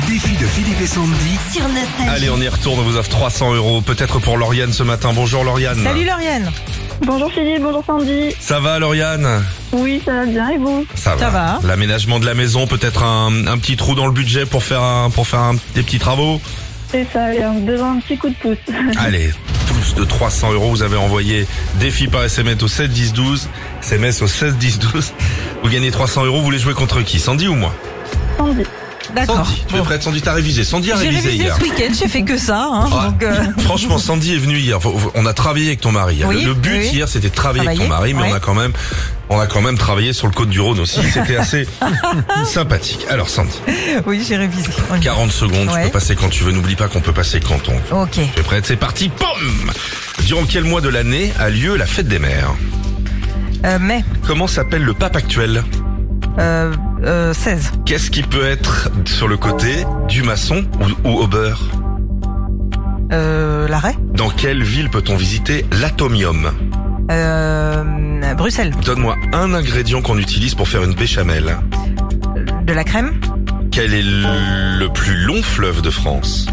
Philippe et Sandy. sur Nostalgie. Allez, on y retourne, on vous offre 300 euros, peut-être pour Lauriane ce matin. Bonjour Lauriane. Salut Lauriane, Bonjour Philippe, bonjour Sandy. Ça va Lauriane Oui, ça va bien et vous Ça, Ça va. L'aménagement de la maison, peut-être un, un petit trou dans le budget pour faire, un, pour faire un- des petits travaux C'est ça, il y a besoin d'un petit coup de pouce. Allez, plus de 300 euros, vous avez envoyé défi par SMS au 7 10 12, SMS au 16 10 12. Vous gagnez 300 euros, vous voulez jouer contre qui Sandy ou moi Sandy. d'accord. Sandy, tu es Bon. prête Sandy, t'as révisé. Sandy a J'ai révisé, révisé hier. ce week-end, j'ai fait que ça. Hein, Ah. donc, euh, Franchement, Sandy est venue hier. Faut- faut- On a travaillé avec ton mari. hein. Oui, le, le but oui. hier, c'était de travailler, avec ton mari, Travailler, mais ouais. on a quand même, on a quand même travaillé sur le côte du Rhône aussi. C'était assez sympathique. Alors Sandy, oui, j'ai révisé. On y va. 40 secondes. Tu Ouais. peux passer quand tu veux. N'oublie pas qu'on peut passer quand on. veut. Ok. Tu es prête C'est parti. Pomme. Durant quel mois de l'année a lieu la fête des mères Euh, mai Comment s'appelle le pape actuel euh, euh, 16. Qu'est-ce qui peut être sur le côté du maçon ou, ou au beurre Euh, L'arrêt Dans quelle ville peut-on visiter l'atomium euh, Bruxelles. Donne-moi un ingrédient qu'on utilise pour faire une béchamel. De la crème Quel est le le plus long fleuve de France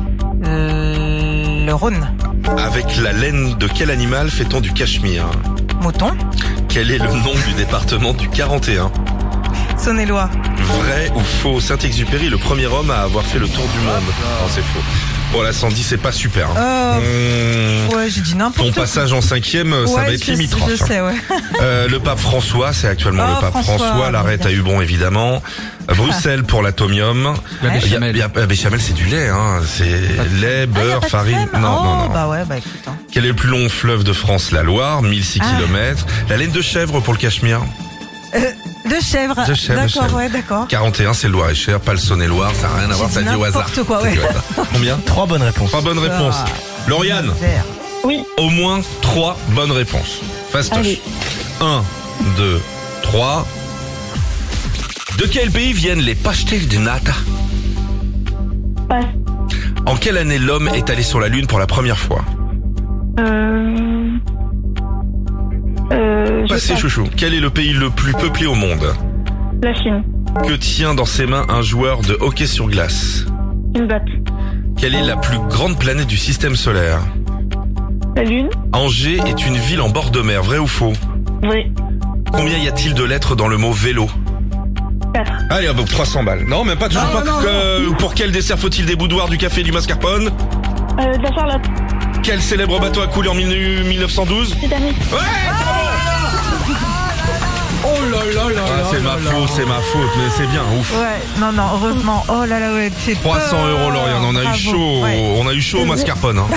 euh, Le Rhône. Avec la laine de quel animal fait-on du cachemire Mouton. Quel est le nom du département du 41 Saône-et-Loire. Vrai ou faux Saint-Exupéry, le premier homme à avoir fait le tour du monde. Non, c'est faux. Bon, la Sandy, c'est pas super. hein. Euh, Mmh. ouais, j'ai dit Ton n'importe quoi. passage en cinquième, euh, ça Ouais, va être je- limitrophe. Je hein. sais, ouais. Euh, le pape François, c'est actuellement Oh, le pape François, François, Ah. l'arrête à Hubon évidemment. Euh, Bruxelles pour l'atomium. La Ouais. béchamel. Il y a- il y a- la béchamel, c'est du lait, hein. Pas C'est de- lait, Ah, y a beurre, pas de farine. crème Non, oh, non, non. Bah ouais, bah écoute. hein. Quel est le plus long fleuve de France La Loire, 1006 Ah. km. La laine de chèvre pour le Cachemire, Euh, De chèvre. De chèvre, de D'accord, chèvre. ouais, d'accord. 41, c'est le Loir-et-Cher, pas le Saône-et-Loire, ça n'a rien à J'ai voir, dit ça dit au hasard. n'importe quoi, ouais. C'est du hasard. Combien Trois bonnes réponses. Trois bonnes réponses. Ah. Lauriane, Misère. Oui, au moins trois bonnes réponses. Fastoche. Allez. 1, 2, 3. De quel pays viennent les pastels de nata passe. En quelle année l'homme est allé sur la Lune pour la première fois Euh... Euh, je Passez passe. chouchou. Quel est le pays le plus peuplé au monde La Chine, Que tient dans ses mains un joueur de hockey sur glace une batte. Quelle est la plus grande planète du système solaire La Lune, Angers est une ville en bord de mer, vrai ou faux vrai. Combien y a-t-il de lettres dans le mot vélo Quatre. Allez, ah bah, 300 balles. Non, même pas Ah, toujours pas. que- Pour quel dessert faut-il des boudoirs, du café, du mascarpone Euh, de la Charlotte, Quel célèbre bateau a coulé en 19- 1912 Titanic. Ouais Ah, c'est ma faute, c'est ma faute, mais c'est bien, ouf. Ouais, non, non, heureusement. Oh là là, ouais, c'est 300 euros, Lauriane, on a Ah, eu chaud, on a eu chaud au mascarpone. hein.